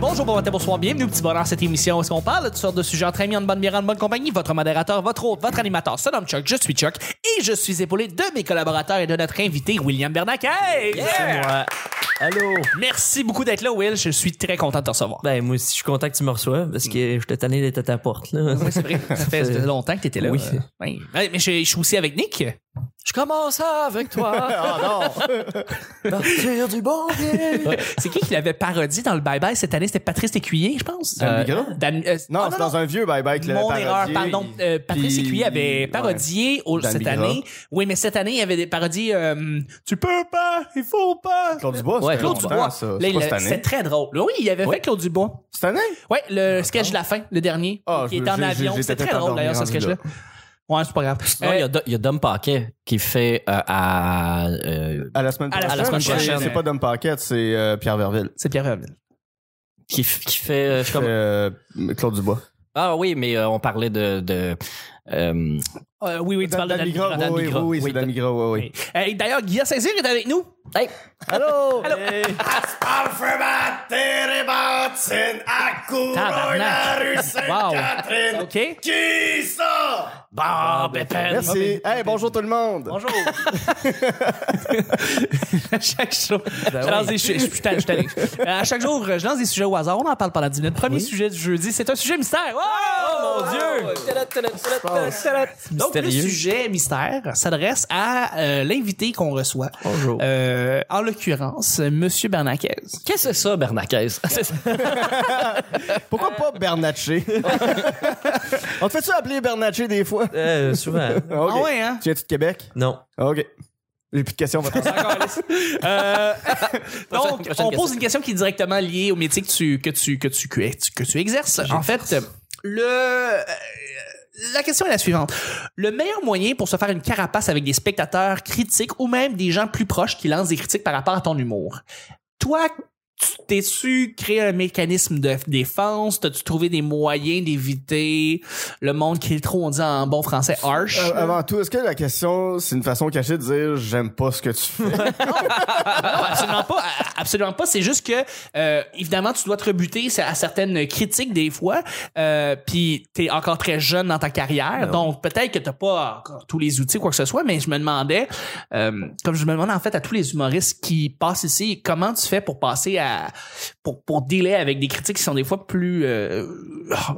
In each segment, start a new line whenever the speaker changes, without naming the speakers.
Bonjour, bon matin, bonsoir, bienvenue au petit bonheur cette émission où est-ce qu'on parle de toutes sortes de sujets entre amis, en bonne bière, en bonne compagnie. Votre modérateur, votre hôte, votre animateur, son nom Chuck, je suis Chuck et je suis épaulé de mes collaborateurs et de notre invité William Bernacay.
C'est moi. Allô?
Merci beaucoup d'être là, Will. Je suis très content de te recevoir.
Ben, moi aussi, je suis content que tu me reçois parce que je te tanné d'être à ta porte, là.
Oui, c'est vrai. Ça fait ça fait longtemps que tu étais là.
Oui.
Euh, oui. Ouais, mais je, je suis aussi avec Nick.
Je commence avec toi.
Ah non!
Partir du bon pied.
C'est qui qui l'avait parodié dans le Bye Bye cette année? C'était Patrice Écuyer, je pense.
Dan Bigra?
Dan- euh,
Non,
ah,
c'est dans un vieux bye-bye que le
Mon
parodier,
erreur, pardon.
il-
Euh, Patrice
puis-
Écuyer avait parodié au-
Dan
cette
Bigra.
année. Oui, mais cette année, il y avait des parodies euh, Tu peux pas, il faut pas.
Claude Dubois,
Ouais,
c'était
Claude
longtemps,
Dubois.
ça.
Là,
C'est
il
pas
l'a-
cette
C'était
année.
très drôle. Oui, il avait fait Claude Dubois.
Cette année?
Ouais, le sketch de la fin, le dernier,
Ah,
qui
je-
est en
j'ai-
avion.
j'ai-
C'est
j'étais
très drôle
endormi
d'ailleurs ce
rendu
sketch-là. Ouais, c'est pas grave.
Non,
Euh,
il y a Do- il y, a Dom Paquet qui fait euh, à. euh,
À la semaine
À la
prochaine.
semaine
prochaine.
C'est pas Dom Paquette, c'est euh, Pierre Verville.
c'est Pierre Verville.
qui, f- qui fait. euh, je comme-
Euh, Claude Dubois.
Ah oui, mais euh, on parlait de. de euh,
Euh, oui, oui, tu parles de Dan Bigra.
oui, oui, oui, c'est Dan Migra, oui, oui.
Euh, et D'ailleurs, Guillaume Saint-Cyr est avec nous.
hey,
Allô?
Allô? Wow. OK.
Ah,
ben,
ben, Merci. Hey, bonjour tout le monde.
Bonjour. à chaque jour, je lance des sujets. Je suis putain, je suis tanné. Euh, À chaque jour, je lance des sujets au hasard. On en parle pendant 10 minutes. Premier sujet du jeudi, c'est un sujet mystère. Oh, mon
Ah
Dieu! Donc, le
Mystérieux.
sujet mystère s'adresse à euh, l'invité qu'on reçoit.
Bonjour.
Euh, en l'occurrence, Monsieur Bernacquez.
qu'est-ce que c'est ça, Bernacquez?
Pourquoi pas Bernatché? On te fait-tu appeler Bernatché des fois?
Euh, souvent.
Ok.
Ah ouais, hein?
Tu viens-tu de Québec? Ah,
Non.
OK. J'ai plus de questions. on va passer.
Euh, donc, on
Prochaine- prochaine
pose une question qui est directement liée au métier que tu, que tu, que tu, que tu, que tu exerces. En fait, le, euh, la question est la suivante. Le meilleur moyen pour se faire une carapace avec des spectateurs critiques ou même des gens plus proches qui lancent des critiques par rapport à ton humour. Toi, tu t'es su créer un mécanisme de défense? T'as-tu trouvé des moyens d'éviter le monde qui est trop, on dit en bon français, harsh?
Euh, avant tout, est-ce que la question, c'est une façon cachée de dire j'aime pas ce que tu fais?
Non, absolument pas. A- Absolument pas. C'est juste que, euh, évidemment, tu dois te rebuter c'est à certaines critiques des fois. Euh, Puis, t'es encore très jeune dans ta
Ben
carrière. Donc, peut-être que t'as pas encore tous les outils, quoi que ce soit. Mais je me demandais, euh, comme je me demande en fait à tous les humoristes qui passent ici, comment tu fais pour passer à. pour, pour délai avec des critiques qui sont des fois plus. euh,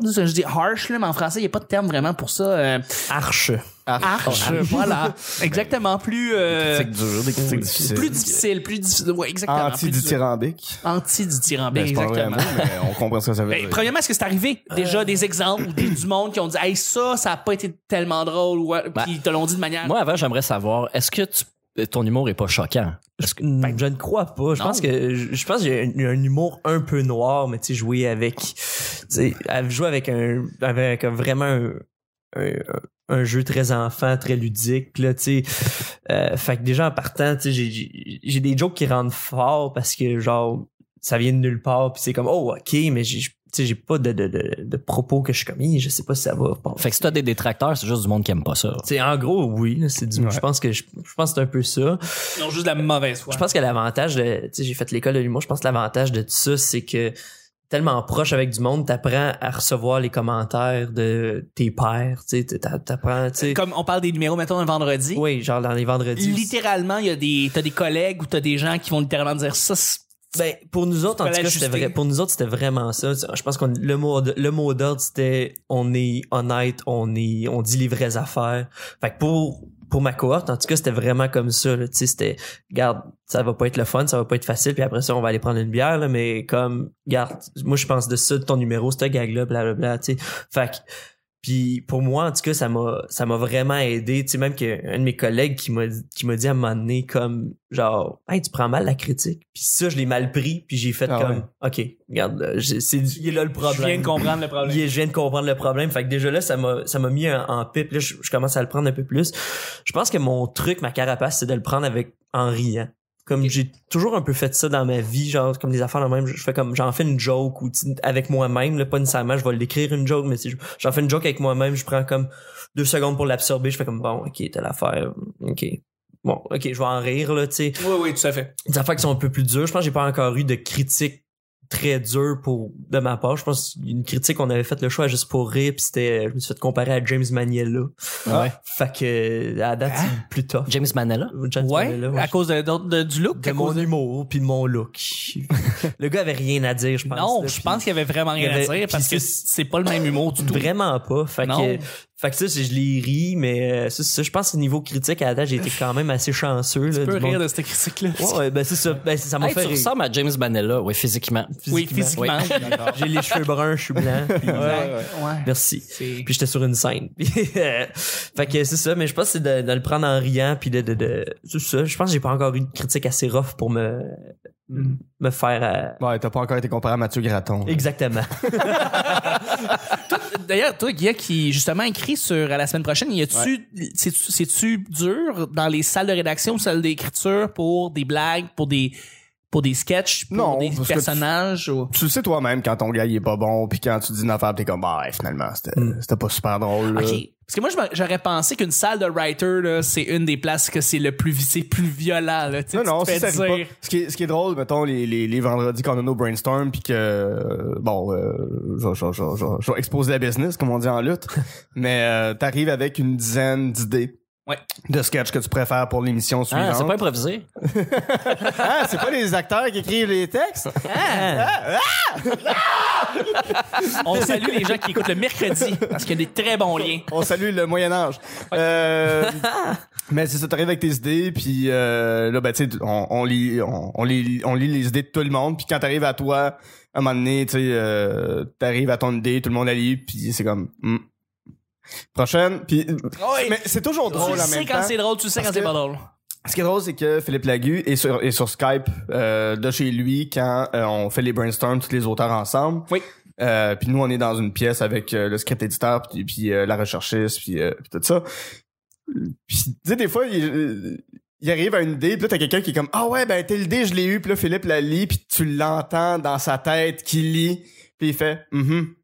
je dis harsh, là, mais en français, il n'y a pas de terme vraiment pour ça. euh,
Arche.
harsh. Voilà. Exactement. Plus. euh,
critiques dures, Oh, des critiques difficiles.
plus difficile, plus difficile. Ouais, exactement. plus difficile.
Anti-dithyrambique.
Anti-dithyrambique,
Ben, c'est pas
exactement.
vraiment, mais on comprend ce que ça veut
Ben,
dire.
premièrement, est-ce que c'est arrivé déjà des exemples ou des- du monde qui ont dit Hey, ça, ça a pas été tellement drôle ou euh, puis ils te l'ont dit de manière.
Moi, avant, j'aimerais savoir, est-ce que tu- ton humour est pas choquant? Est-ce que-
Hmm, je ne crois pas. Je
Non.
pense que je je pense que j'ai un, un humour un peu noir, mais tu sais, jouer avec, tu sais, à- jouer avec un, avec un- vraiment un, un, un jeu très enfant, très ludique. Puis là, tu sais, euh, fait que déjà en partant, tu sais, j'ai- j'ai j'ai des jokes qui rendent fort parce que genre ça vient de nulle part. Puis c'est comme oh ok, mais j'ai tu sais, j'ai pas de, de, de, de propos que je suis comme, Hi, je sais pas si ça va. Bon,
Fait que si t'as des détracteurs, c'est juste du monde qui aime pas ça.
tu sais, en gros, oui, là, c'est du.
Ouais.
Je pense que je, je pense que c'est un peu ça.
Ils ont juste de la mauvaise foi.
Je pense que l'avantage de, tu sais, j'ai fait l'école de l'humour, je pense que l'avantage de tout ça, c'est que tellement proche avec du monde, t'apprends à recevoir les commentaires de tes pairs, tu sais, t'a- t'apprends, tu sais.
Comme on parle des numéros, mettons, un vendredi.
Oui, genre dans les vendredis.
Littéralement, il y a des, t'as des collègues ou t'as des gens qui vont littéralement dire ça. c'est-
Ben, pour nous autres,
Tu
en
peux
tout cas,
l'ajuster.
c'était vrai, pour nous autres, c'était vraiment ça. Je pense qu'on, le mot, le mot d'ordre, c'était, on est honnête, on est, on dit les vraies affaires. Fait que pour, pour ma cohorte, en tout cas, c'était vraiment comme ça, là. Tu sais, c'était, garde, ça va pas être le fun, ça va pas être facile, puis après ça, on va aller prendre une bière, là, mais comme, garde, moi, je pense de ça, de ton numéro, ce gag-là, blablabla, tu sais. Fait que, puis pour moi, en tout cas, ça m'a, ça m'a vraiment aidé. Tu sais, même qu'un de mes collègues qui m'a, qui m'a dit à un moment donné, comme, genre, hey, tu prends mal la critique. Puis ça, je l'ai mal pris, puis j'ai fait
Ah
comme,
ouais.
OK, regarde, là, j'ai- c'est, il est là le
Je viens
problème.
de comprendre le problème.
Il est- je viens de comprendre le problème. Fait que déjà là, ça m'a, ça m'a mis en, en pipe. Là, je, je commence à le prendre un peu plus. Je pense que mon truc, ma carapace, c'est de le prendre avec, en riant. Comme j'ai toujours un peu fait ça dans ma vie, genre comme des affaires de même, je je fais comme j'en fais une joke ou tu- avec moi-même, là, pas nécessairement, je vais l'écrire une joke, mais si je- j'en fais une joke avec moi-même, je prends comme deux secondes pour l'absorber, je fais comme bon, ok, telle affaire, ok, bon, ok, je vais en rire là, tu sais
Oui, oui, tout à fait.
des affaires qui sont un peu plus dures. Je pense que j'ai pas encore eu de critique très dur pour de ma part. Je pense une critique on avait fait le choix juste pour rire puis c'était je me suis fait comparer à James Maniella.
Ouais.
Ah.
Fait que à la date c'est plus tough.
James Manella.
James
Ouais,
Maniella,
à cause de- de- de- du look.
de
à
mon
cause de-
humour puis de mon look. le gars avait rien à dire, je pense.
Non,
là,
je
puis
pense qu'il y avait vraiment rien
il y
à
avait-
dire parce que
puis
c'est pas le même humour du tout.
vraiment pas. Fait
Non.
que, fait que ça, c'est- je l'ai ri, mais euh, ça, ça, je pense que niveau critique à la date, j'ai été quand même assez chanceux. Là,
Tu peux
du monde-
rire de cette critique-là.
Ouais, ouais, ben c'est ça, ben, c'est- ça m'a
Hey,
fait
tu
rire.
ressembles à James Manella, oui, physiquement.
Oui, physiquement.
J'ai les cheveux bruns, je suis blanc. puis-
Ouais.
Merci.
C'est-
Puis j'étais sur une scène. Puis, euh, fait que c'est ça, mais je pense que c'est de, de le prendre en riant puis de, de, de c'est ça. Je pense que j'ai pas encore eu une critique assez rough pour me
Mm.
me faire euh,
Ouais, t'as pas encore été comparé à Mathieu Graton.
exactement.
D'ailleurs, toi, Guilla, qui justement écrit sur à la semaine prochaine, y a-tu, c'est-tu- c'est-tu dur dans les salles de rédaction ou salles d'écriture pour des blagues, pour des, pour des sketchs, pour
Non,
des
parce que
personnages? ou-
Tu le sais toi-même quand ton gars il est pas bon, puis quand tu dis une affaire, t'es comme bah ouais, finalement c'était c'était pas super drôle. là.
Hmm. OK. Parce que moi, je me- j'aurais pensé qu'une salle de writer, là, c'est une des places que c'est le plus, vi- c'est plus violent, là. Tu sais,
Non,
tu
non,
te fais
si ça arrive
dire-
pas. Ce qui, est, ce qui est drôle, mettons, les, les, les vendredis qu'on a nos brainstorms, puis que, euh, bon, euh, je, je, je, je, je vais exposer la business, comme on dit en lutte, mais euh, t'arrives avec une dizaine d'idées
Ouais.
de sketch que tu préfères pour l'émission suivante.
Ah, c'est pas improvisé.
Ah, c'est pas les acteurs qui écrivent les textes?
Ah.
On salue les gens qui écoutent le mercredi parce qu'il y a des très bons liens.
On salue le Moyen Âge. Euh, mais c'est ça, t'arrives avec tes idées, puis euh, là, ben, tu sais, on, on lit, on, on lit, on lit les idées de tout le monde, puis quand t'arrives à toi, à un moment donné, tu sais, euh, t'arrives à ton idée, tout le monde la lit, puis c'est comme... hmm. Prochaine, puis... Mais c'est toujours
Tu
drôle en
sais
même
quand
temps.
c'est drôle, tu sais quand
Parce
c'est
que-
pas drôle.
Ce qui est drôle, c'est que Philippe Lagu est sur, est sur Skype euh, de chez lui quand euh, on fait les brainstorms, tous les auteurs ensemble.
Oui.
Euh, puis nous, on est dans une pièce avec euh, le script éditeur, puis, puis, euh, la recherchiste, puis, euh, puis tout ça. Puis tu sais, des fois, il, euh, il arrive à une idée, puis là, t'as quelqu'un qui est comme « Ah ouais, ben telle idée, je l'ai eue. » Puis là, Philippe la lit, puis tu l'entends dans sa tête qui lit, puis il fait « Mhm.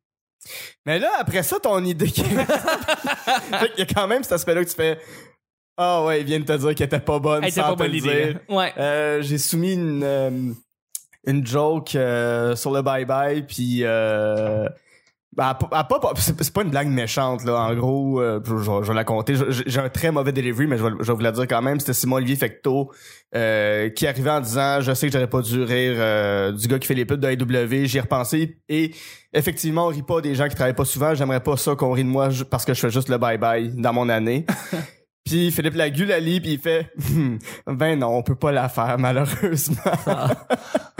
Mais là, après ça, ton idée... qui- fait qu'il y a quand même cet aspect-là que tu fais... Ah ouais, il vient de te dire qu'elle était pas bonne
Hey, c'est
sans
pas
te
bonne
le
idée.
dire.
là. Ouais.
Euh, j'ai soumis une, euh, une joke euh, sur le bye-bye, puis... Euh, bah, elle a pas- elle a pas- c'est c'est pas une blague méchante, là. En gros, euh, je, je- je vais la compter. Je- je- J'ai un très mauvais delivery, mais je vais, je vais vous la dire quand même. C'était Simon-Olivier Fecteau euh, qui arrivait en disant « Je sais que j'aurais pas dû rire euh, du gars qui fait les putes de AW. J'y ai repensé. » Et effectivement, on rit pas des gens qui travaillent pas souvent. J'aimerais pas ça qu'on rit de moi ju- parce que je fais juste le bye-bye dans mon année. Puis Philippe Lagu la lit, puis il fait Hum, Ben non, on peut pas la faire, malheureusement. »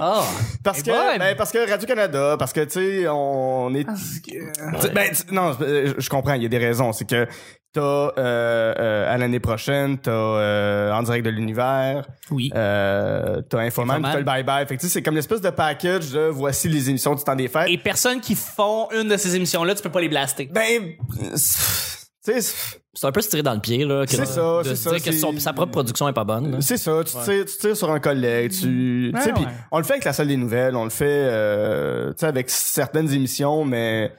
Ah.
Parce
Eh
que,
ben.
ben, parce que Radio-Canada, parce que, tu sais, on est... Tu- Ben, tu- non, je je comprends, il y a des raisons. C'est que t'as, euh, euh, à l'année prochaine, t'as euh, En direct de l'univers,
Oui.
euh, t'as Infoman,
Infoman.
puis t'as le Bye-Bye. Fait que, tu sais, c'est comme l'espèce de package de voici les émissions du temps des fêtes.
Et personnes qui font une de ces émissions-là, tu peux pas les blaster.
Ben, tu sais, c'est-
C'est un peu se tirer dans le pied, là. que
C'est
de-
ça,
de
c'est
se
ça,
Dire que
c'est-
son- sa propre production est pas bonne. là.
C'est ça, tu, tires, tu tires sur un collègue, tu, tu sais,
Ouais,
puis
ouais.
on le fait avec la salle des nouvelles, on le fait, euh, tu sais, avec certaines émissions, mais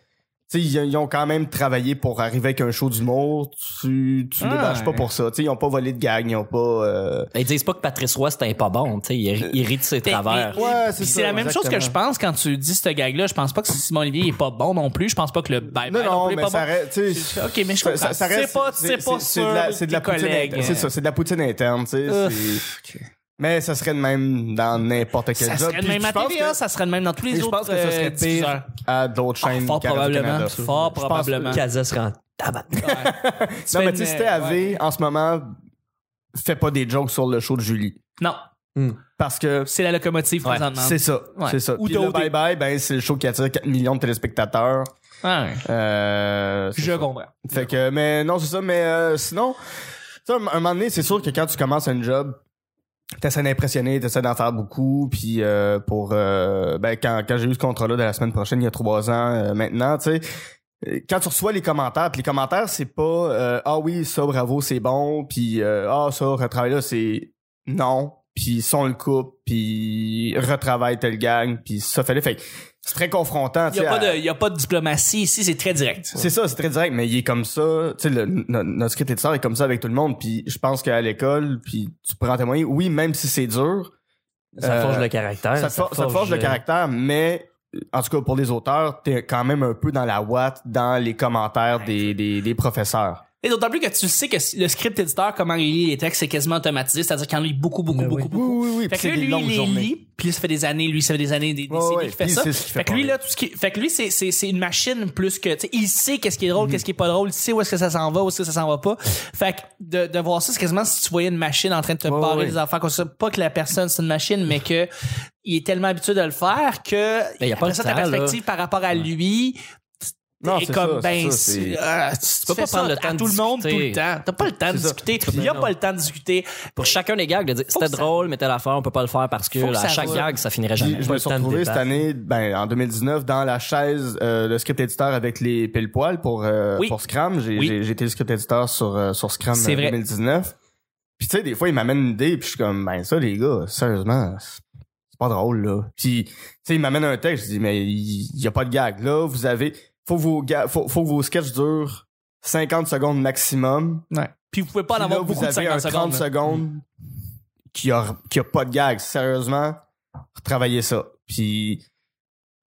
tu sais, ils, ils ont quand même travaillé pour arriver avec un show d'humour. Tu, tu
Ah,
les bâches pas
ouais.
pour ça, tu sais, ils ont pas volé de gag, ils ont pas. euh,
Ils disent pas que Patrice Roy, c'était pas bon. tu sais, Il, ri- il rit de ses
Mais-
travers.
mais-
Ouais,
puis
c'est
c'est
ça,
la même chose que
exactement.
je pense quand tu dis ce gag-là. Je pense pas que Simon Olivier est pas bon non plus. Je pense pas que le bye
Non, non, mais
ben pas
ça
bon.
reste, tu sais,
Ok, mais je
ça-
comprends.
ça- ça
c'est
reste-
pas, c'est pas
c'est de la- c'est de la
tes
poutine
collègues.
interne. C'est ça, c'est de la poutine interne, tu sais. c'est- Mais ça serait de même dans n'importe quel
Ça
job.
serait de
Puis
même
je
à
pense
TVA,
que-
ça serait de même dans tous les
et je
autres
pense que ça
euh,
serait
diffuseurs.
pire à d'autres
Ah,
chaînes.
fort
qu'à Radio-Canada.
probablement. Fort
Je pense-
probablement.
Casa se rend tabac.
Tu
Non,
fais
mais tu sais,
une-
si t'es à V,
ouais.
en ce moment, fais pas des jokes sur le show de Julie.
Non,
Parce que
c'est la locomotive présentement.
c'est ça.
Ouais.
C'est ça.
Ou
Puis le
d'autres-
Bye Bye, ben, c'est le show qui attire 4 millions de téléspectateurs.
Ah ouais.
Euh, c'est
Je
ça.
comprends.
Fait que, mais non, c'est ça. Mais euh, sinon, tu sais, un un moment donné, c'est sûr que quand tu commences un job, t'essaies d'impressionner, t'essaies d'en faire beaucoup. Puis euh, pour, euh, ben, quand, quand j'ai eu ce contrat-là de la semaine prochaine, il y a trois ans euh, maintenant, tu sais, euh, quand tu reçois les commentaires, puis les commentaires, c'est pas euh, ah oui, ça bravo, c'est bon, puis euh, ah ça retravail là, c'est non, puis ça on le coupe, puis retravaille tel gang, puis ça fait le fait. que C'est très confrontant.
Il
tu
n'y
sais,
a, pas
à-
de- il y a pas de diplomatie ici, c'est très direct.
c'est ça, c'est très direct, mais il est comme ça. Tu sais, le- no- notre script éditeur est comme ça avec tout le monde. Puis je pense qu'à l'école, puis tu prends témoin. Oui, même si c'est dur,
Ça forge
Euh,
le caractère.
ça, te for- ça te forge le
euh,
caractère, mais euh, en tout cas pour les auteurs, t'es quand même un peu dans la ouate dans les commentaires des, des, des professeurs.
Et d'autant plus que tu sais que le script éditeur, comment il lit les textes, c'est quasiment automatisé, c'est-à-dire qu'il en lit beaucoup, beaucoup,
Ben
beaucoup,
oui.
beaucoup.
oui, oui.
Fait que là, lui, il les lit, puis là, ça fait des années, lui, ça fait des années, des
Ouais,
décennies
ouais,
qu'il fait
puis
ça.
c'est ce qui fait
fait que lui,
peur.
là, tout ce qui, fait que lui, c'est, c'est, c'est une machine plus que, tu sais, il sait qu'est-ce qui est
Mm.
drôle, qu'est-ce qui est pas drôle, il sait où est-ce que ça s'en va, où est-ce que ça s'en va pas. Fait que de, de voir ça, c'est quasiment si tu voyais une machine en train de te
Ouais,
barrer
ouais.
des affaires comme ça. Pas que la personne, c'est une machine, mais que il est tellement habitué de le faire que,
Mais il Ben, y a pas
après
le
ça, ta
temps, là.
perspective par rapport à lui,
Non,
et
c'est
comme
ça, c'est
ben
ça, c'est-
si- ah, tu, tu
peux
fais
pas
ça
prendre le
à
temps de
tout le monde tout
discuter.
le temps t'as pas le temps de
C'est ça.
discuter il y a pas le temps de discuter
Pour chacun des gags, de dire c'était
que ça-
drôle, mais telle affaire, on peut pas le faire parce que
Faut que
là,
ça
à chaque
roule.
gag, ça finirait
Puis
jamais.
pas
je me
le
suis
temps de
retrouvé cette
débattre.
année, ben, en 2019, dans la chaise euh, de script éditeur avec les pile poil pour, euh,
Oui.
pour Scram. J'ai
Oui.
j'ai- j'ai été le script éditeur sur, euh, sur Scram
C'est
euh,
vrai.
2019. Puis tu sais, des fois, ils m'amènent une idée, puis je suis comme, ben ça, les gars, sérieusement, c'est c'est pas drôle, là. Puis, tu sais, ils m'amènent un texte, je dis, mais il y, a pas de gag. Là, vous avez... Faut que vos, ga- faut, faut que vos sketchs durent 50 secondes maximum.
puis vous pouvez pas en
Puis
avoir
là,
beaucoup
vous
de
avez
50
un
secondes
30 secondes qui a, qui a pas de gag. Sérieusement, retravaillez ça. Puis,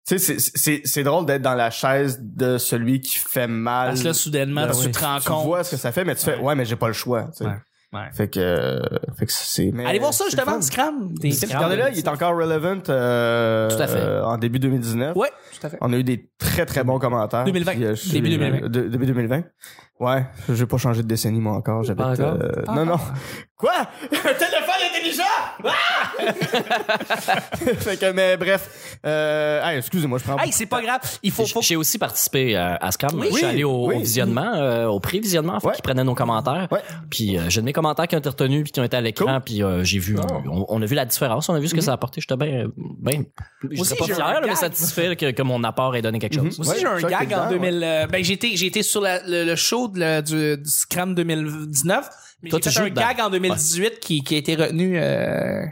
tu sais, c'est- c'est- c'est drôle d'être dans la chaise de celui qui fait mal.
parce que là soudainement
Ben
tu
oui.
te rends
tu
compte
vois ce que ça fait, mais tu fais, ouais, mais j'ai pas le choix. tu sais.
Ouais. Ouais.
Fait que, euh, fait que c'est. mais
allez voir ça
c'est
justement
le fun.
Scram des
Regardez-là, il est encore relevant euh,
Tout à fait.
euh, en début 2019.
ouais tout à fait
On a eu des très très bons commentaires.
2020.
Puis, euh, je suis-
Début 2020.
de- début 2020. Ouais, j'ai pas changé de décennie moi encore. J'avais
Pas encore?
euh, non non. Quoi Un téléphone intelligent Ah! Fait que mais bref, euh, hey, excusez-moi, je prends.
hey c'est pas grave il faut faut
J- J'ai aussi participé euh, à, à Scam.
Oui.
je suis allé au,
Oui.
au visionnement, euh, au pré-visionnement, en fait,
Ouais.
qui prenait nos commentaires.
Ouais.
Puis euh, j'ai de mes commentaires qui ont été retenus, puis qui ont été à l'écran,
Cool. Ah. Mhm.
puis euh, j'ai vu, on, on a vu la différence, on a vu ce que ça a apporté. J'étais bien, ben, je
Aussi,
serais pas
j'ai un
fier, là, mais
gag.
satisfait que, que mon apport ait donné quelque chose.
Moi aussi,
Mhm. Ouais,
j'ai un
Chuck
gag
Taylor,
en
ouais.
2000. euh, ben, j'étais, j'étais sur la- le, le show de la- du, du Scram 2019. Mais
Toi,
j'ai
tu
fait un
joues dedans.
gag en 2018 qui, qui a été retenu euh,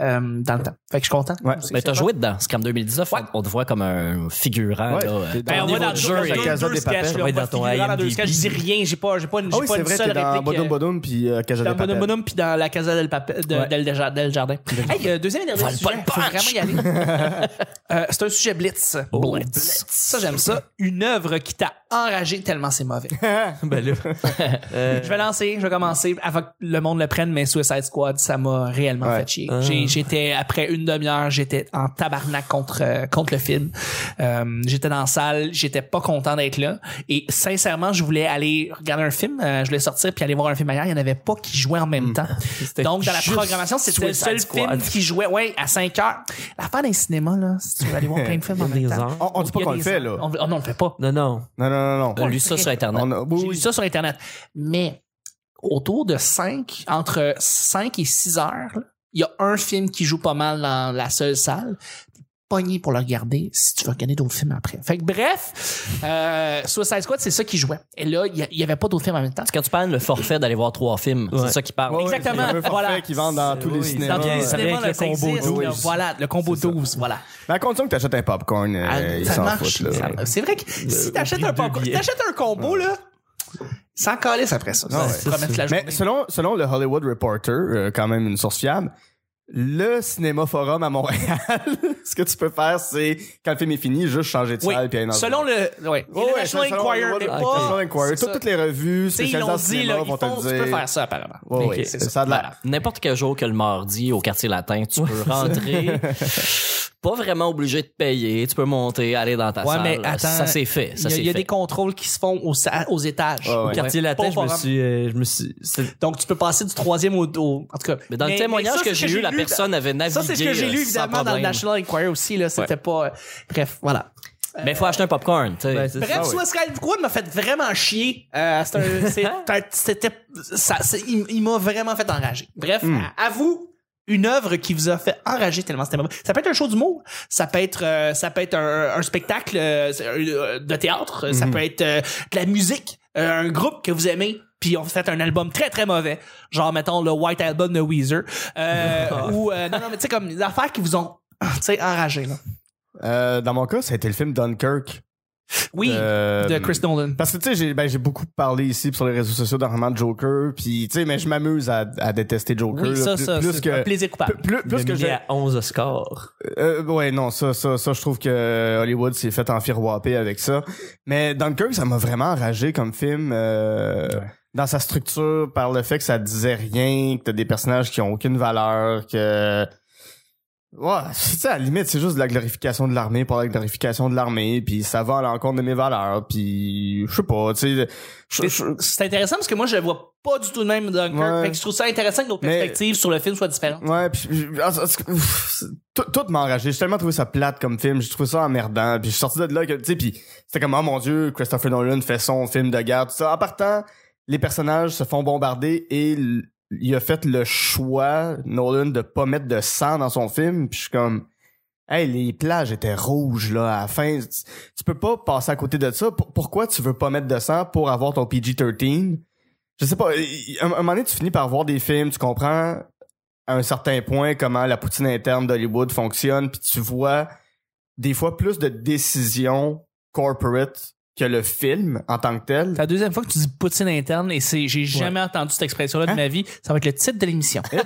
euh, dans le temps. Fait que je suis content.
Ouais. Ben,
C'est-
Mais
c'est
t'as
fun.
joué dedans, Scam 2019,
Ouais.
on, on te voit comme un figurant.
Ouais,
là, euh,
t'es
Ben,
Au
on
niveau
va dans
du
deux,
jeu,
deux,
la Casa
deux
des
sketchs,
Papel,
là,
on va
on
être
va
dans ton
figurer dans deux
IMDb.
sketchs. Je dis rien, j'ai pas, j'ai pas, une-
Ah
j'ai
oui,
pas
c'est
une
vrai,
seule
t'es dans
réplique.
Bodum
euh,
Bodum puis euh, Casa
dans
de
Bonhomme Bonhomme puis dans la Casa del, Papel- de-
Ouais.
del Deja- del Jardin. Hey, euh, deuxième et dernier
Vole pas
sujet,
le
faut vraiment
punch.
y aller. Euh, c'est un sujet blitz.
Oh,
blitz.
blitz.
Ça, j'aime ça. Une œuvre qui t'a enragé tellement c'est mauvais.
ben là, euh,
Je vais lancer, je vais commencer avant que le monde le prenne, mais Suicide Squad, ça m'a réellement
Ouais.
fait chier.
Ah.
J'ai- J'étais, après une demi-heure, j'étais en tabarnak contre, euh, contre le film. Euh, j'étais dans la salle, j'étais pas content d'être là. Et sincèrement, je voulais aller regarder un film, euh, je voulais sortir puis aller voir un film ailleurs. Il y en avait pas qui jouaient en même temps.
Hmm. C'était
Donc, dans la
juste
programmation, c'était le seul
Suicide Squad.
film qui jouait, ouais, à 5 heures. La fin d'un cinéma, là, si tu veux aller voir plein de films en
Il y
même
a des
temps.
heures.
On, on dit
il
pas
y a
qu'on le
des
fait
heures.
là.
On, on non, on le fait pas.
Non, non.
Non non non non.
lu ça sur Internet.
On a- oui,
J'ai lu
oui.
ça sur Internet. Mais autour de 5, entre 5 et 6 heures, là, il y a un film qui joue pas mal dans la seule salle. T'es Pogné pour le regarder si tu veux regarder d'autres films après. Fait que bref, euh, Suicide Squad, c'est ça qui jouait. Et là, il y a- il y avait pas d'autres films en même temps.
C'est quand tu parles le forfait d'aller voir trois films,
Ouais.
c'est ça qui parle.
Ouais, ouais,
Exactement,
c'est un forfait
voilà.
qui vend dans
C'est-
tous les
oui,
cinémas.
Dans tous les
ouais.
euh,
cinémas,
Avec
là,
le
ça
combo
existe,
12.
là. voilà, le combo 12, voilà.
Mais à condition que t'achètes un popcorn, euh,
Ah,
ils
ça
s'en
marche.
foutent là. Euh,
ça- C'est vrai que si t'achètes
prix
un,
de
popcorn-
billets.
t'achètes un combo, là, sans calice après ça.
Ah
ça,
ouais.
se promène toute la journée.
Mais selon, selon le Hollywood Reporter, euh, quand même une source fiable, le cinéma forum à Montréal, ce que tu peux faire, c'est quand le film est fini, juste changer de
Oui.
salle puis aller dans
Selon le, ouais.
Oh, ouais,
International
selon le
Enquirer
Hollywood-
n'est
Ah,
pas-
International Enquirer.
c'est
Toutes,
ça.
toutes les revues
Tu sais, ils
spécialisées
l'ont
en
dit, là,
cinéma
ils font,
vont te
tu
dire.
peux faire ça, apparemment.
Ouais, ouais,
c'est
ça.
ça.
a de la...
N'importe quel jour que le mardi au quartier latin, tu peux rentrer. pas vraiment obligé de payer. Tu peux monter, aller dans ta
Ouais,
salle.
mais attends,
ça s'est fait.
Il y
Ça
a,
s'est
il y a
fait.
des contrôles qui se font aux, sa- aux étages.
Ah ouais.
Au quartier
Ouais.
latin,
Pas
je me
forum.
suis, euh, je me suis, c'est-
Donc, tu peux passer du troisième au, au- En tout cas.
Mais dans le témoignage
ça, c'est
que j'ai
ce
eu, la
dans-
personne avait navigué.
Ça, c'est ce que j'ai lu,
euh, sans
évidemment, dans le
problème.
National Enquirer aussi. là C'était pas. euh, Bref, voilà.
Mais faut acheter un popcorn, tu sais.
ben, c'est
Bref,
ça, Euh, ouais.
Suicide Squad m'a fait vraiment chier. Euh, c'est un- c'est- c'est un- C'était. ça- c'est- Il, il m'a vraiment fait enrager. Bref,
Hmm.
à, à vous, une œuvre qui vous a fait enrager tellement c'était mauvais. Ça peut être un show d'humour, ça peut être, euh, ça peut être un, un spectacle euh, euh, de théâtre,
Hmm.
ça peut être euh, de la musique, euh, un groupe que vous aimez. Puis on fait un album très très mauvais, genre mettons le White Album de Weezer, euh, ou euh, non non mais tu sais comme des affaires qui vous ont tu sais enragé là.
Euh, dans mon cas, ça a été le film Dunkirk.
Oui,
Euh,
de Chris Nolan.
Parce que tu sais, j'ai ben, j'ai beaucoup parlé ici sur les réseaux sociaux d'armement de Joker, puis tu sais, mais je m'amuse à, à détester Joker.
Oui,
là,
ça,
plus,
ça,
plus
c'est
que
un plaisir coupable.
plus, plus que j'ai.
à 11 Oscars.
Euh, ouais, non, ça, ça, ça, je trouve que Hollywood s'est fait en firwapper avec ça. Mais Dunkirk, ça m'a vraiment enragé comme film. euh, Dans sa structure, par le fait que ça disait rien, que t'as des personnages qui ont aucune valeur, que... Ouais, c'est ça, à la limite, c'est juste de la glorification de l'armée pour la glorification de l'armée, puis ça va à l'encontre de mes valeurs, puis je sais pas, tu sais... je- je-
C'est intéressant parce que moi, je le vois pas du tout le même Dunkirk.
Ouais.
Fait que je trouve ça intéressant que nos
Mais-
perspectives sur le film soient différentes.
Ouais, puis je- ah, ça- c'est- ouf, c'est- tout, tout m'a enragé. J'ai tellement trouvé ça plate comme film, j'ai trouvé ça emmerdant. Puis je suis sorti de là que tu sais, puis c'était comme oh mon dieu, Christopher Nolan fait son film de guerre, tout ça. En partant, les personnages se font bombarder et l- il a fait le choix Nolan de pas mettre de sang dans son film. Puis je suis comme Hey, les plages étaient rouges là à la fin. Tu, tu peux pas passer à côté de ça. P- pourquoi tu veux pas mettre de sang pour avoir ton PG-13 Je sais pas. il- Un, un moment donné, tu finis par voir des films, tu comprends à un certain point comment la poutine interne d'Hollywood fonctionne, puis tu vois des fois plus de décisions corporate que le film en tant que tel.
C'est la deuxième fois que tu dis poutine interne et c'est j'ai jamais entendu cette expression-là de
Hein?
ma vie. Ça va être le titre de l'émission.
Eh ben,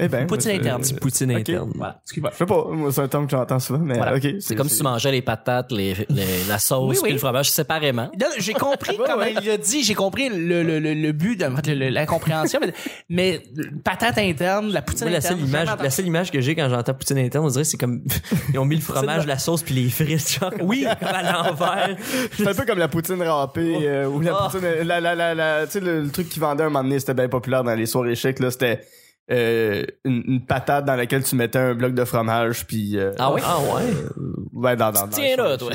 eh ben,
Poutine
euh,
interne.
Petit poutine
ok.
interne.
Voilà, excuse-moi.
Je sais pas, moi, c'est un terme que j'entends souvent, mais
Voilà.
ok.
C'est comme si tu mangeais les patates, les, les- la
Oui,
sauce
oui.
puis le fromage séparément.
Là, j'ai compris comment il a dit, j'ai compris le, le, le, le but de en fait, le- le- la compréhension, mais, mais patate interne, la poutine
Moi, la
interne.
seule,
j'ai
image,
jamais
la seule image que j'ai quand j'entends poutine interne, on dirait que c'est comme ils ont mis le fromage, la sauce puis les frites genre oui, comme à l'envers.
C'est un peu comme la poutine râpée euh, ou la
Oh.
poutine. La, la, la, la- tu sais, le, le truc qui vendait un moment donné, c'était bien populaire dans les soirées chics, là, c'était euh, une, une patate dans laquelle tu mettais un bloc de fromage, puis. euh,
Ah oui?
Ah ouais.
Ouais, dans, dans, dans-
Tiens-le, toi.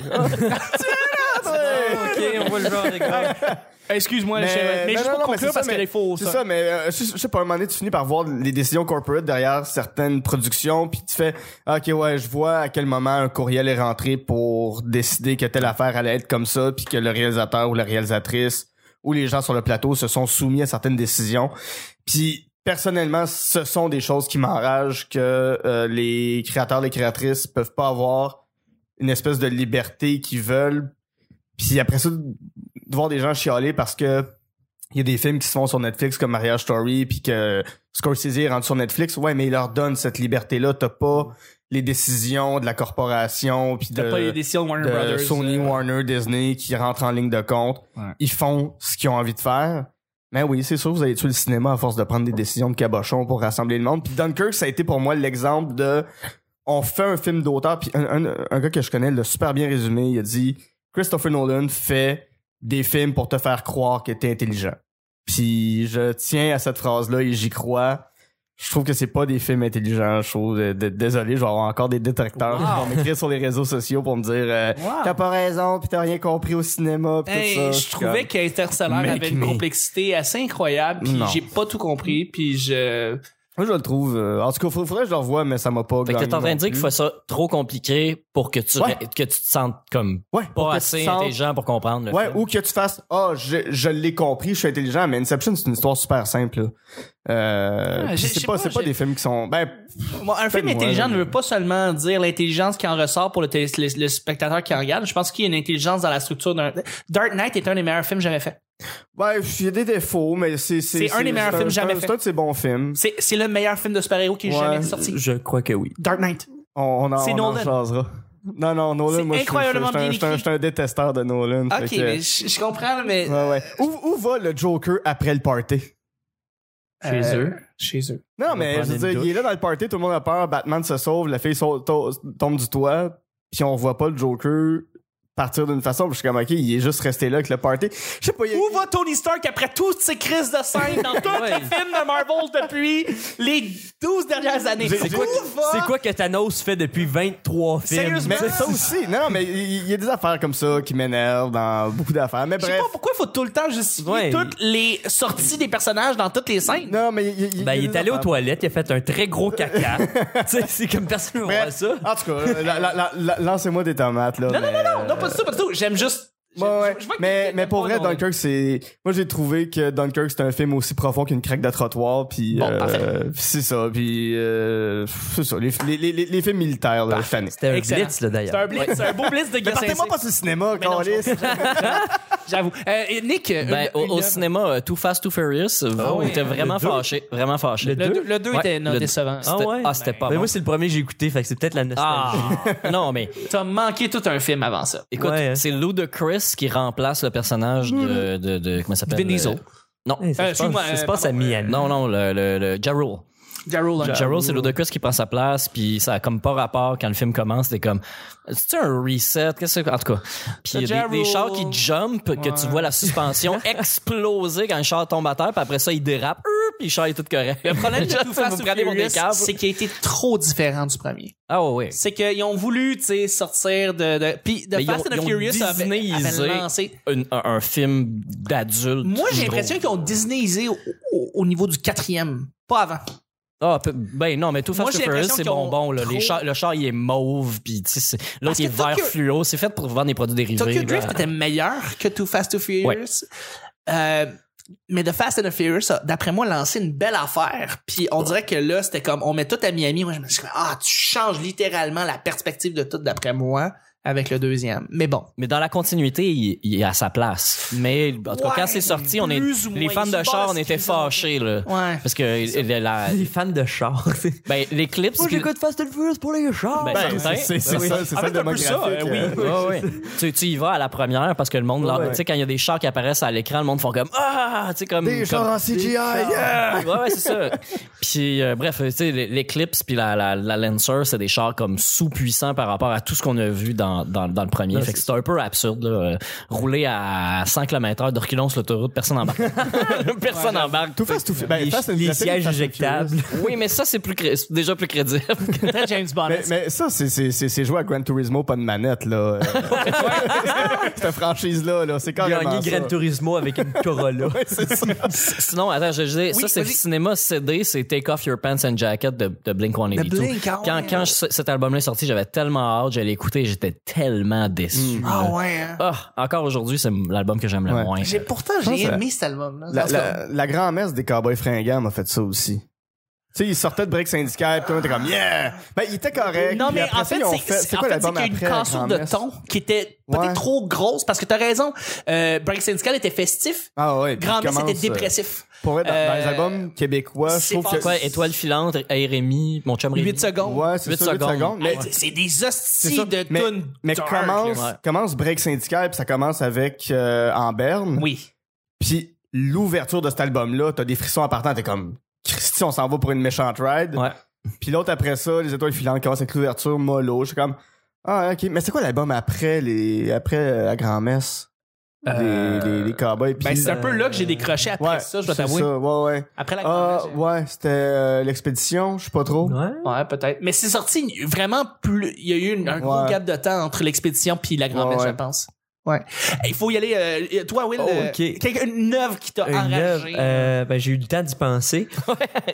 OK, on voit le genre exact.
entendu. Excuse-moi,
Mais-
mais, mais
non,
juste
non,
pour
non, mais c'est
conclure
ça,
parce qu'il
mais-
est faux.
C'est
ça.
ça, mais euh, je, je sais pas, à un moment donné, tu finis par voir les décisions corporate derrière certaines productions, puis tu fais « Ok, ouais, je vois à quel moment un courriel est rentré pour décider que telle affaire allait être comme ça, puis que le réalisateur ou la réalisatrice ou les gens sur le plateau se sont soumis à certaines décisions. » Puis personnellement, ce sont des choses qui m'enragent que euh, les créateurs, les créatrices peuvent pas avoir une espèce de liberté qu'ils veulent. Puis après ça, de voir des gens chialer parce que il y a des films qui se font sur Netflix comme Marriage Story puis que Scorsese est rendu sur Netflix ouais mais il leur donne cette liberté là t'as pas les décisions de la corporation puis
T'as
de-
pas les décisions de Warner
de
Brothers.
Sony,
euh,
Warner, Disney qui rentrent en ligne de compte.
Ouais.
Ils font ce qu'ils ont envie de faire. Mais oui, c'est sûr, vous avez tué le cinéma à force de prendre des décisions de cabochon pour rassembler le monde. Puis Dunkirk, ça a été pour moi l'exemple de on fait un film d'auteur. Puis un, un- un gars que je connais l'a super bien résumé. Il a dit Christopher Nolan fait des films pour te faire croire que t'es intelligent. Puis je tiens à cette phrase-là et j'y crois. Je trouve que c'est pas des films intelligents. Je trouve, euh, d- désolé, je vais avoir encore des détracteurs qui
Wow.
vont m'écrire sur les réseaux sociaux pour me dire euh,
Wow.
t'as pas raison, pis t'as rien compris au cinéma, pis
Hey,
tout ça.
je trouvais qu'Interstellar
Mec,
avait une
mais-
complexité assez incroyable, puis
Non.
j'ai pas tout compris, puis je.
Moi, je le trouve. euh, en tout cas, faut- faudrait que je le revoie, mais ça m'a pas.
Fait que t'es en train de dire qu'il faut
faut
ça trop compliqué pour que tu,
Ouais.
que tu te sentes comme
ouais, pour
pas
que tu
assez
sentes-
intelligent pour comprendre le
Ouais,
film.
ou que tu fasses Ah, je, je l'ai compris, je suis intelligent, mais Inception, c'est une histoire super simple. là. Euh,
Ah,
pis
j'ai-
c'est
j'ai
pas,
pas-
c'est pas
j'ai-
des films qui sont. Ben,
Bon, un film
Faites-moi,
intelligent
là.
ne veut pas seulement dire l'intelligence qui en ressort pour le, télé- le- le spectateur qui en regarde. Je pense qu'il y a une intelligence dans la structure d'un. Dark Knight est un des meilleurs films que j'avais fait.
ouais, il y a des défauts, mais c'est.
C'est un des meilleurs films jamais
C'est
fait.
un de ces bons films.
C'est c'est le meilleur film de super-héros qui est
Ouais,
jamais sorti.
Je crois que oui.
Dark Knight.
On, on en,
C'est
on en
Nolan.
jasera. Non, non, Nolan,
C'est
moi, je suis- je suis- je
incroyablement
suis un-
bien
je suis un-
écrit.
je suis un détesteur de Nolan. fait
Ok,
que-
mais je, je comprends, mais.
Ouais, ouais. Où, où va le Joker après le party?
Chez eux. Chez eux.
Non, mais je
prendre
veux
une
dire, il est
douche.
là dans le party, tout le monde a peur, Batman se sauve, la fille sau- to- tombe du toit, puis on voit pas le Joker partir d'une façon, puis je suis comme, ok, il est juste resté là avec le party. Je sais pas, il
Où va Tony Stark après toutes ces crises de scène dans tous les films de Marvel depuis les 12 dernières années?
J'ai-
Où
j'ai-
va-
C'est quoi que Thanos fait depuis 23 films
Sérieusement?
Mais c'est ça aussi. Non, non, mais il il y a des affaires comme ça qui m'énervent dans beaucoup d'affaires. Mais
Je sais
bref.
pas pourquoi il faut tout le temps justifier
Ouais.
toutes les sorties des personnages dans toutes les scènes.
Non, mais il, il-
Ben,
il y a
il
des
est allé aux
affaires.
toilettes, il a fait un très gros caca. tu sais, c'est comme personne ne voit
Bref,
ça.
En tout cas, la- la- la- la- lancez-moi des tomates, là.
Non, non, non, non, non, pas du tout, pas du tout. J'aime juste. Je-
Ouais, ouais.
je- je vois que
mais,
t'aimes
mais pour
pas
vrai,
ton-
Dunkirk, c'est. Moi, j'ai trouvé que Dunkirk, c'est un film aussi profond qu'une craque de trottoir. Puis,
Bon,
euh,
parfait.
puis c'est ça. Puis, euh, c'est ça. Les, les, les, les- les films militaires, là, cette année.
C'était un
Excellent.
blitz, là,
C'est un
d'ailleurs.
blitz, c'est un beau blitz de
Mais
Gus
partez-moi
Saint-Cyr.
pas sur le cinéma,
Mais non, je
Carlis.
J'avoue. Euh, et Nick, euh,
Ben,
une-
au,
une
au
œuvre- Ah
cinéma, euh, Too Fast, Too Furious, euh, on
ouais.
était vraiment
Le deux.
fâché. Vraiment fâché.
le 2 le deux
Ouais,
était non,
le-
décevant.
Ah ouais?
Ah, c'était pas
Mais
bon.
moi, c'est le premier que j'ai écouté, fait que c'est peut-être la nostalgie.
Ah, non, mais
Oh, T'as manqué tout un film avant ça.
écoute,
Ouais, hein.
c'est Lou de Chris qui remplace le personnage de. de, de- comment il s'appelle
Vin Diesel.
euh, Non.
Hey, ça,
Euh,
se passe,
excuse-moi,
ça se
euh,
passe à
pardon, euh,
Miami.
Non, non, le, le, le Ja Rule.
Ja Rule, hein.
Ja Rule, c'est Ludacris qui prend sa place, puis ça a comme pas rapport quand le film commence. C'était comme, c'est un reset, qu'est-ce que En tout cas, puis il y
Ja
a des, des
Rule.
chars qui jump, que
Oh.
tu
Ouais.
vois la suspension exploser quand le char tombe à terre, puis après ça, il dérape, euh, puis le char est tout correct. Le
Le
problème
problème de Too Fast, Too Furious, c'est qu'il a été trop différent du premier.
Ah ouais, ouais.
C'est qu'ils ont voulu, tu sais, sortir de, de... Puis The
Mais ils
Fast
ont-
and the
ils ont
Furious avait,
Disneyisé.
avait lancé...
Un, un- un film d'adulte.
Moi, j'ai
drôle.
l'impression qu'ils ont Disneyisé au, au- au niveau du quatrième. Pas avant.
Ah, peu- ben non, mais tout
Moi, j'ai
Fast and Furious,
l'impression
c'est
qu'ils ont
bonbon, là.
trop-
Les chars- le char, il est mauve, puis tu sais, c'est- l'autre,
Parce
il est
que Tokyo-
vert fluo. C'est fait pour vendre des produits dérivés.
Tokyo
là.
Drift était meilleur que Too Fast, Too Furious.
Ouais.
Euh, mais The Fast and the Furious a, d'après moi, lancé une belle affaire. Puis on dirait que là, c'était comme, on met tout à Miami. Moi, je me suis dit, ah, tu changes littéralement la perspective de tout, d'après moi, avec le deuxième. Mais bon.
Mais dans la continuité, il, il est à sa place. Mais en tout cas,
Ouais,
quand c'est sorti, on est
plus ou
les
moins,
fans
ils
de
se
char,
basent
on était
qu'ils ont-
fâchés là.
Ouais.
Parce que euh, la-
Les fans de chars.
ben, les clips,
Moi,
puis-
j'écoute Fast and Furious pour les chars.
Ben,
Ben,
certain.
c'est- c'est c'est
Oui.
ça, c'est
Ah,
ça le
mais t'as plus ça,
démographique.
euh,
euh.
Ouais, ouais. tu, tu y vas à la première parce que le monde, leur-
Ouais.
tu sais, quand il y a des chars qui apparaissent à l'écran, le monde font comme ah, tu sais comme
Des
comme-
gens en CGI, yeah!
ouais, ouais, c'est ça. Puis, euh, bref, euh, tu sais, les- l'Eclipse puis la, la, la Lancer, c'est des chars comme sous-puissants par rapport à tout ce qu'on a vu dans, dans, dans le premier. fait que c'est un peu absurde, là. Euh, Rouler à 100 km heure de reculons sur l'autoroute, personne n'embarque. personne n'embarque.
Tout fast, tout fait. Ben,
les,
Fast and-
les
la série
sièges
Fast and
éjectables.
Oui, mais ça, c'est plus cré- c'est déjà plus crédible.
Très James Bond.
Mais, mais ça, c'est- c'est c'est- c'est joué à Gran Turismo, pas de manette, là. Euh, Cette franchise-là, là, c'est carrément
Gagner
ça.
Gran Turismo avec une Corolla.
Ouais, c'est ça.
Sinon, attends, je, je dis,
Oui,
ça, c'est le
vas-y.
cinéma CD, c'est Take Off Your Pants and Jacket de, de Blink-182.
De Blink, ah ouais.
Quand, quand je- cet album-là est sorti, j'avais tellement hâte, j'allais écouter, j'étais tellement déçu.
ah ouais. hein.
Ah, encore aujourd'hui, c'est l'album que j'aime le
Ouais.
moins.
J'ai, pourtant,
pense
j'ai
à-
aimé cet album-là.
La,
En tout cas,
la, la grand-messe des cowboys fringants m'a fait ça aussi. Tu sais, ils sortaient de break syndical, puis on était comme, yeah! Ben, il était correct.
Non,
puis
mais
après
en
ça,
fait,
ils ont
c'est- c'est en
quoi
fait,
l'album
c'est qu'il y a
après,
une
la
cassure de
grand-messe?
ton qui était peut-être
Ouais.
trop grosse parce que t'as raison. Euh, Break Syndical était festif.
Ah ouais, puis
Grand
il
Messe
commence,
était dépressif.
euh, Pour être dans, dans les
Euh,
albums québécois, je
c'est
trouve
pas
que...
Quoi, étoile filante, hey Rémi, mon chum Rémi.
8 secondes.
Ouais, c'est
Huit
ça, huit
secondes.
secondes. Mais
Hey, c'est- c'est des
c'est
hosties
ça.
de
Mais,
tunes.
mais
dark,
commence,
là.
commence break syndical, puis ça commence avec euh, En Berne.
Oui.
Puis l'ouverture de cet album-là, t'as des frissons en partant, t'es comme, Christy, on s'en va pour une méchante ride.
Ouais.
Puis l'autre après ça, les étoiles filantes commencent avec l'ouverture mollo. Je suis comme ah ok, mais c'est quoi l'album après les après euh, la grand messe les,
Euh,
les, les cowboys puis
Ben, c'est un
euh,
peu là que j'ai décroché après ça, je dois
c'est
t'avouer.
ça, ouais ouais.
Après la
Ah
grande
ouais, c'était euh, l'expédition, je sais pas trop.
Ouais.
Ouais, peut-être. Mais c'est sorti vraiment plus. Il y a eu une- un gros
Ouais.
gap de temps entre l'expédition puis la grand messe
Ouais, ouais.
je pense. Ouais. Il faut y aller. euh, toi, Will,
Oh,
euh,
ok.
quelqu'un- une œuvre qui t'a
Une œuvre,
enragé.
euh, ben, j'ai eu le temps d'y penser.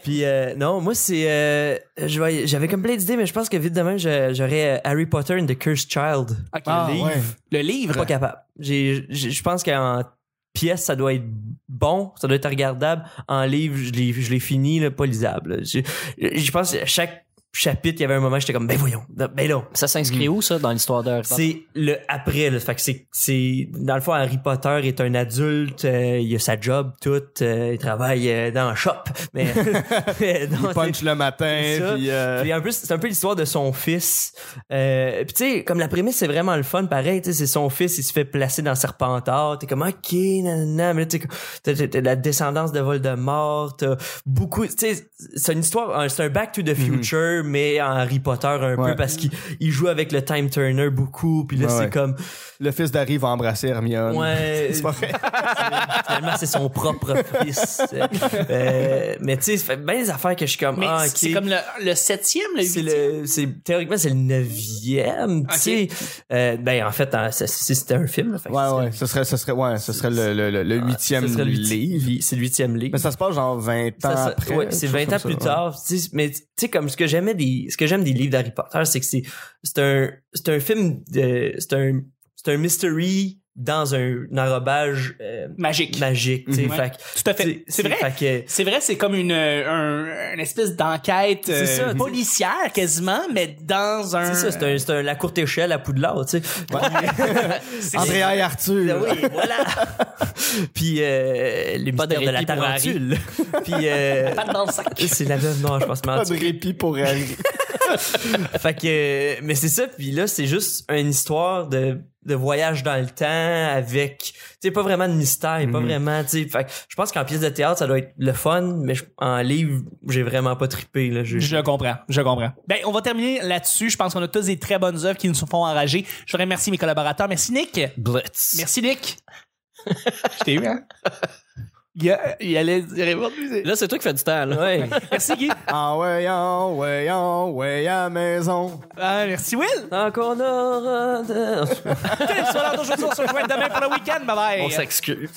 Puis euh, non, moi c'est euh, je vais- j'avais comme plein d'idées, mais je pense que vite demain je- j'aurais euh, Harry Potter and the Cursed Child.
Ok.
Ah,
le livre.
ouais.
Le livre.
Pas capable. J'ai- j'ai- Je pense qu'en pièce ça doit être bon, ça doit être regardable. En livre, je l'ai je l'ai fini, là, pas lisable. là. Je je pense que chaque chapitre, il y avait un moment, j'étais comme ben voyons, ben là,
Ça s'inscrit
Hmm.
où, ça, dans l'histoire de
C'est le après, là. Fait que c'est, c'est, dans le fond, Harry Potter est un adulte, euh, il a sa job, tout, euh, il travaille euh, dans un shop. Mais, mais non,
Il punch le matin
c'est ça.
puis euh,
puis en plus, c'est un peu l'histoire de son fils. Euh, puis tu sais, comme la prémisse, c'est vraiment le fun. Pareil, tu sais, c'est son fils, il se fait placer dans Serpentard. T'es comme, OK, nanana. Mais là, tu sais, t'as- t'as- t'as la descendance de Voldemort. T'as beaucoup... Tu sais, c'est une histoire... un- C'est un Back to the Future, mais en Harry Potter un
Mhm. Ouais.
peu, parce qu'il il joue avec le Time Turner beaucoup. Puis là,
Ouais,
c'est
ouais.
comme...
le fils d'Harry va embrasser Hermione.
Ouais.
C'est pas vrai.
Finalement, c'est son propre fils. Euh, mais tu sais, ça fait bien des affaires que je suis comme...
Mais
ah,
c'est-
OK.
c'est comme le, le septième, le
C'est
huitième.
le, c'est théoriquement c'est le neuvième, tu
Ok.
sais. Euh, ben en fait, hein, ça- si c'était un film, là, fait que
Ouais
ce serait-
ouais, ce serait ce serait ouais, ce serait le le Ah, le- le huitième
ce serait le huiti-
livre.
li- C'est le huitième livre.
Mais ça se passe genre 20 ans
Ça, ça-
après.
ouais, c'est
quelque
20 ans
chose
plus
comme ça, ouais.
tard. tu sais, Mais tu sais, comme ce que j'aimais des, ce que j'aime des livres d'Harry Potter, c'est que c'est, c'est un, c'est un film de, c'est un, c'est un mystery dans un, un enrobage euh,
Magique. Mhm.
magique. tu sais.
Ouais.
Fait que-
Tout à fait.
t'sais,
C'est vrai.
Fait que-
C'est vrai, c'est comme une, euh, un- une espèce d'enquête
C'est
euh,
ça,
policière quasiment, mais dans un.
c'est ça, c'est un, c'est un- la courte échelle à Poudlard, tu sais.
c'est-
Andrea et
Ben
Arthur.
oui, voilà. Puis euh, les
Pas de
mystères de, la
répit pour Harry.
tarentule. Puis euh,
Pas dans le sac.
c'est la veuve noire, je pense. mais en
Pas
tout
de répit pour Harry.
Fait que, mais c'est ça. Puis là, c'est juste une histoire de, de voyage dans le temps avec, tu sais, pas vraiment de mystère, pas
Mhm.
vraiment, tu sais. Fait que je pense qu'en pièce de théâtre, ça doit être le fun, mais je- en livre, j'ai vraiment pas trippé, là. J'ai-
Je comprends, je comprends. Ben, on va terminer là-dessus. Je pense qu'on a tous des très bonnes œuvres qui nous font enrager. Je remercie mes collaborateurs. Merci Nick.
Blitz.
Merci Nick. je t'ai eu, hein? Il, a- il allait dire
Là, c'est toi qui fais du temps, là.
Ouais.
Merci Guy.
En way, en way, en way ah à maison.
Ah, merci Will.
Encore aura de-
Sois là, aujourd'hui, on se rejoint demain pour le week-end. Bye bye.
On s'excuse.